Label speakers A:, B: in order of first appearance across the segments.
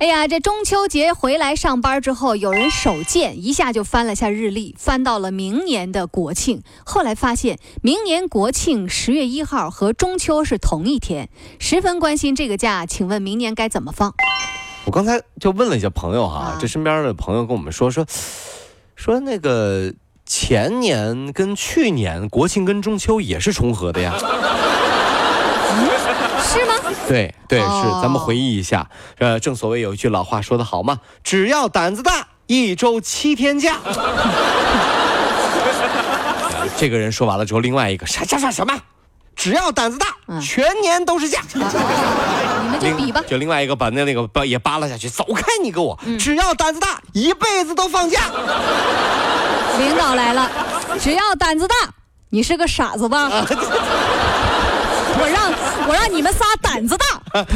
A: 哎呀，这中秋节回来上班之后，有人手贱一下就翻了下日历，翻到了明年的国庆。后来发现，明年国庆十月一号和中秋是同一天，十分关心这个假，请问明年该怎么放？
B: 我刚才就问了一下朋友哈、
A: 啊
B: 这身边的朋友跟我们说说说那个前年跟去年国庆跟中秋也是重合的呀。
A: 是吗？
B: 对对
A: 哦
B: 是，咱们回忆一下，呃，正所谓有一句老话说得好嘛，只要胆子大，一周七天假。 这个人说完了之后，另外一个啥啥啥什么，只要胆子大，
A: 嗯
B: 全年都是假。
A: 你们就比吧。嗯
B: 就另外一个把那那个把也扒拉下去，走开你给我，只要胆子大，一辈子都放假。
A: 领导来了，只要胆子大，你是个傻子吧？我让我让你们仨胆子大，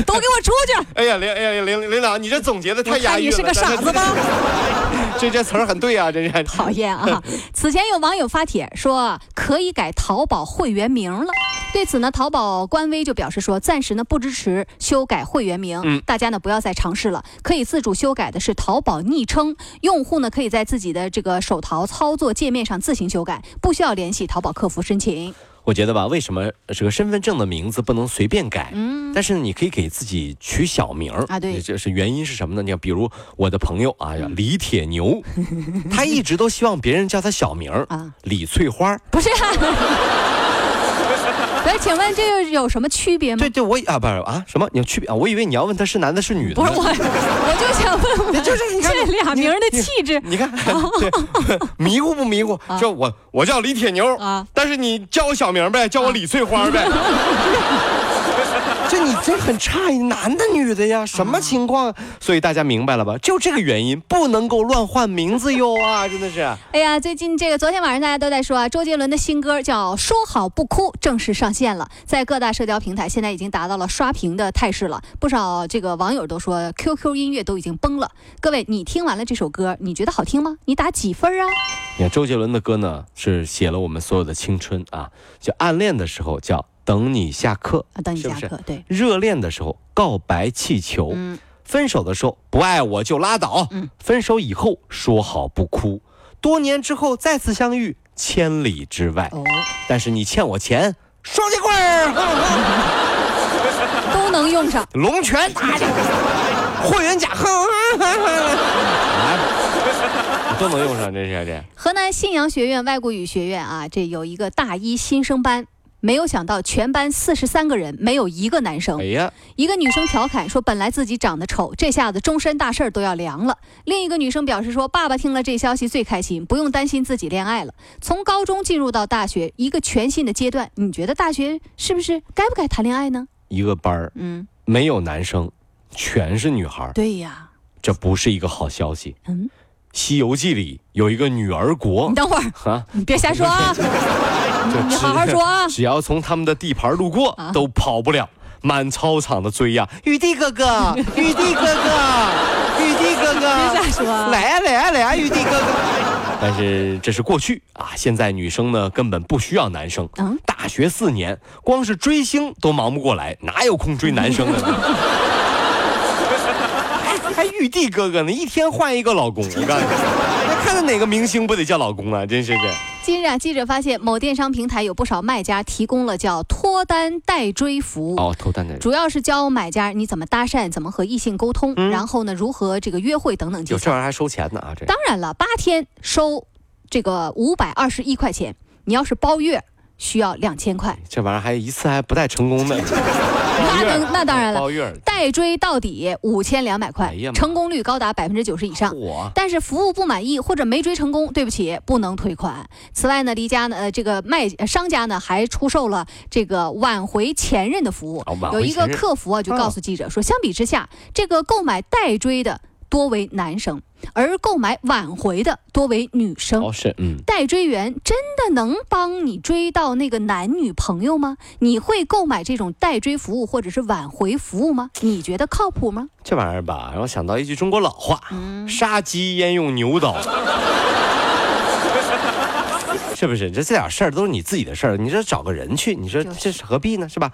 A: 都给我出去！
B: 哎呀，领哎呀领领导，你这总结的太
A: 我
B: 押
A: 看
B: 韵了。
A: 你是个傻子吧？
B: 这这词儿很对啊，这是。
A: 讨 厌啊！此前有网友发帖说可以改淘宝会员名了。对此呢，淘宝官微就表示说，暂时呢不支持修改会员名，
B: 嗯
A: 大家呢不要再尝试了。可以自主修改的是淘宝昵称，用户呢可以在自己的这个手淘操作界面上自行修改，不需要联系淘宝客服申请。
B: 我觉得吧，为什么这个身份证的名字不能随便改？
A: 嗯
B: 但是你可以给自己取小名儿
A: 啊对嗯
B: 这是原因是什么呢？你看，比如我的朋友啊，叫李铁 牛，他一直都希望别人叫他小名儿
A: 啊
B: 李翠花儿。
A: 不是、啊。所以，请问这有什么区别吗
B: 对？对，我啊不是啊什么？你要区别啊？我以为你要问他是男的是女的
A: 不
B: 呢。
A: 是我， 我就想问问，
B: 就是你看
A: 这俩名儿的
B: 你
A: 气质
B: 你 看，对，迷糊不迷糊？就我我叫李铁牛
A: 啊，
B: 但是你叫我小名呗，叫我李翠花呗。就你 这很诧异，男的女的呀，什么情况？所以大家明白了吧？就这个原因，不能够乱换名字哟 啊！真的是，
A: 哎呀，最近这个昨天晚上大家都在说啊，周杰伦的新歌叫《说好不哭》正式上线了，在各大社交平台现在已经达到了刷屏的态势了。不少这个网友都说 QQ 音乐都已经崩了。各位，你听完了这首歌，你觉得好听吗？你打几分啊？
B: 你看周杰伦的歌呢，是写了我们所有的青春啊，就暗恋的时候叫等你下课，
A: 啊，等你
B: 是
A: 下
B: 不
A: 课，
B: 是
A: 对，
B: 热恋的时候告白气球，
A: 嗯
B: 分手的时候不爱我就拉倒，
A: 嗯
B: 分手以后说好不哭，多年之后再次相遇千里之外，
A: 哦，
B: 但是你欠我钱，双截棍儿、
A: 都能用上。
B: 龙泉打你， 霍元甲， 哼，都能用上，这是这。
A: 河南信阳学院外国语学院啊，这有一个大一新生班，没有想到全班四十三个人，没有一个男生
B: 哎。呀，
A: 一个女生调侃说：“本来自己长得丑，这下子终身大事儿都要凉了。”另一个女生表示说：“爸爸听了这消息最开心，不用担心自己恋爱了。从高中进入到大学，一个全新的阶段，你觉得大学是不是该不该谈恋爱呢
B: 一个班儿？”
A: 嗯，
B: 没有男生，全是女孩儿，
A: 对呀。
B: 这不是一个好消息。
A: 嗯，
B: 《西游记》里有一个女儿国
A: 你等会儿，
B: 啊，
A: 你别瞎说啊，你好好说啊。
B: 只要从他们的地盘路过，
A: 啊
B: 都跑不了。满操场的追呀、 玉帝哥 哥，玉帝哥哥，玉帝哥哥，
A: 别瞎说啊
B: 来呀、来呀、来呀、玉帝哥哥。但是这是过去啊，现在女生呢根本不需要男生。
A: 嗯
B: 大学四年，光是追星都忙不过来，哪有空追男 生啊？ 还还玉帝哥哥呢，一天换一个老公，我告诉你， 那看到哪个明星不得叫老公啊？真是的。
A: 近日啊，记者发现某电商平台有不少卖家提供了叫脱单代追服务。
B: 哦，偷蛋的人
A: 主要是教买家你怎么搭讪，怎么和异性沟通，
B: 嗯
A: 然后呢，如何这个约会等等技
B: 有
A: 巧。
B: 这玩意儿还收钱呢啊？这
A: 当然了，八天收这个五百二十一块钱，你要是包月需要两千块。
B: 这玩意儿还一次还不带成功的，
A: 那能 那当然了，
B: 包月儿的。
A: 代追到底五千两百
B: 哎
A: 块
B: 呀，妈
A: 成功率高达百分之九十以上。
B: 我
A: 但是服务不满意或者没追成功，对不起，不能退款。此外呢，离家呢，呃，这个卖呃商家呢还出售了这个挽回前任的服务。
B: 啊挽回
A: 有一个
B: 前任
A: 客服啊，就
B: 哦
A: 告诉记者说，相比之下，这个购买代追的。多为男生，而购买晚回的多为女生。
B: 哦是，嗯，
A: 代追员真的能帮你追到那个男女朋友吗？你会购买这种代追服务或者是挽回服务吗？你觉得靠谱吗？
B: 这玩意儿吧，让我想到一句中国老话：
A: 嗯
B: 杀鸡焉用牛刀。 是不是？这这点事儿都是你自己的事儿，你这找个人去，你说
A: 就是
B: 这是何必呢？是吧？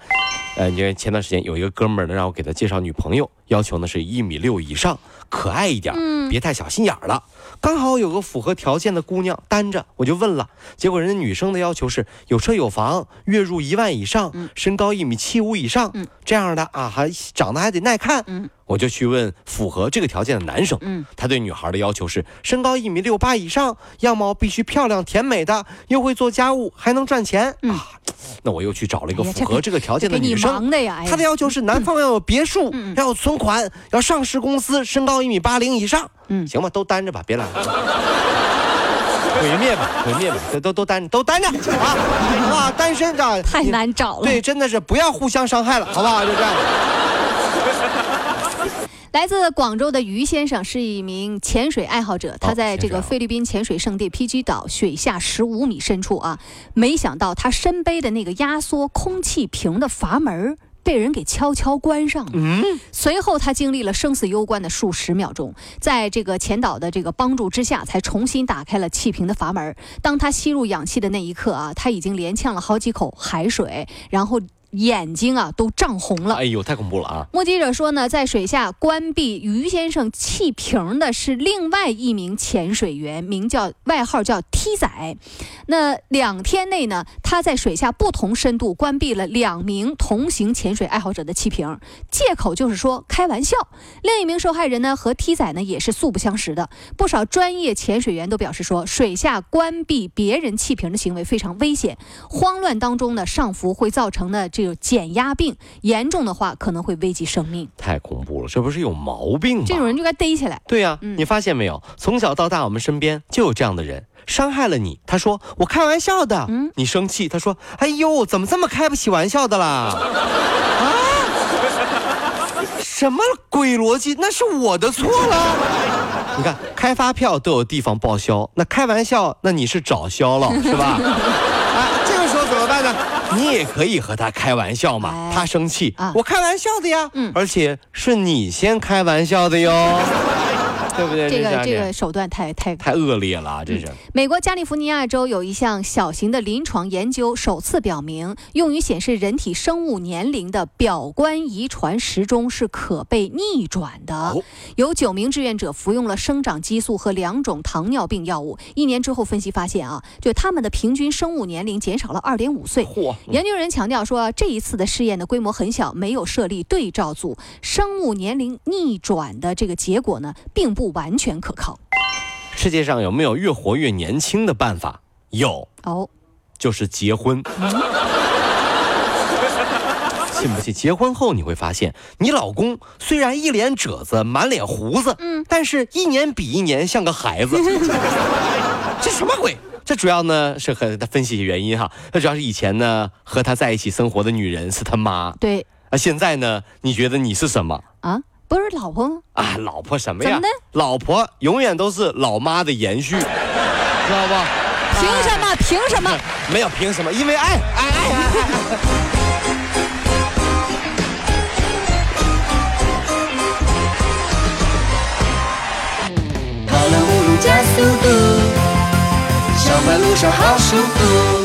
B: 呃，你看前段时间有一个哥们儿呢，让我给他介绍女朋友，要求呢是一米六以上，可爱一点，
A: 嗯
B: 别太小心眼儿了。刚好有个符合条件的姑娘单着，我就问了，结果人家女生的要求是有车有房，月入一万以上，
A: 嗯
B: 身高一米七五以上，
A: 嗯
B: 这样的啊，还长得还得耐看。
A: 嗯
B: 我就去问符合这个条件的男生，
A: 嗯，
B: 他对女孩的要求是身高一米六八以上，样貌必须漂亮甜美的，又会做家务，还能赚钱、
A: 嗯
B: 啊。那我又去找了一个
A: 哎呀
B: 符合这个条件的
A: 给你
B: 女生，
A: 忙的呀！哎呀
B: 她的要求是男方要有别墅，
A: 嗯嗯
B: 要有存款，要上市公司，身高一米八零以上。
A: 嗯
B: 行吧，都单着吧，别拦了。毁灭吧，毁灭吧，都都都单着，都单着啊啊！单身啊，
A: 太
B: 你
A: 难找了。
B: 对，真的是不要互相伤害了，好不好？就这样。
A: 来自广州的于先生是一名潜水爱好者，他在这
B: 先生
A: 个
B: 啊
A: 菲律宾潜水圣地 PG 岛水下十五米深处啊，没想到他身背的那个压缩空气瓶的阀门儿被人给悄悄关上了。
B: 嗯，
A: 随后他经历了生死攸关的数十秒钟，在这个前导的这个帮助之下，才重新打开了气瓶的阀门儿。当他吸入氧气的那一刻啊，他已经连呛了好几口海水，然后眼睛啊都涨红了。
B: 哎呦，太恐怖了啊！
A: 目击者说呢，在水下关闭于先生气瓶的是另外一名潜水员，名叫外号叫 T 仔。那两天内呢，他在水下不同深度关闭了两名同行潜水爱好者的气瓶，借口就是说开玩笑。另一名受害人呢和 T 仔呢也是素不相识的。不少专业潜水员都表示说，水下关闭别人气瓶的行为非常危险，慌乱当中呢上浮会造成的这种减压病。严重的话可能会危及生命。
B: 太恐怖了，这不是有毛病吗？
A: 这种人就该逮起来。
B: 对呀、
A: 嗯
B: 你发现没有？从小到大，我们身边就有这样的人，伤害了你，他说我开玩笑的，
A: 嗯
B: 你生气，他说，哎呦，怎么这么开不起玩笑的啦？啊，什么鬼逻辑？那是我的错了。你看，开发票都有地方报销，那开玩笑，那你是找销 了是吧？啊，这个时候怎么办呢？你也可以和他开玩笑嘛
A: 哎，
B: 他生气
A: 啊，
B: 我开玩笑的呀
A: 嗯，
B: 而且是你先开玩笑的哟。对不对？
A: 这个
B: 样
A: 这个嗯手段太太
B: 太恶劣了啊，这是。
A: 美国加利福尼亚州有一项小型的临床研究，首次表明，用于显示人体生物年龄的表观遗传时钟是可被逆转的。
B: 哦
A: 有九名志愿者服用了生长激素和两种糖尿病药物，一年之后分析发现啊，就他们的平均生物年龄减少了二点五岁。
B: 嚯，
A: 研究人强调说，这一次的试验的规模很小，没有设立对照组，生物年龄逆转的这个结果呢，并不完全可靠。
B: 世界上有没有越活越年轻的办法？有，
A: 哦，
B: 就是结婚。 信不信？结婚后你会发现，你老公虽然一脸褶子、满脸胡子，
A: 嗯
B: 但是一年比一年像个孩子。 这什么鬼？这主要呢是和他分析原因哈，他主要是以前呢和他在一起生活的女人是他妈
A: 对
B: 啊，现在呢你觉得你是什么？
A: 啊，不是老婆吗？
B: 啊，老婆什么
A: 怎
B: 呀
A: 么的？
B: 老婆永远都是老妈的延 续，知道不？
A: 凭什么？凭什么？
B: 没有凭什么，因为哎爱，爱，爱，爱。
C: 跑了五路加速度，上班路上好舒服。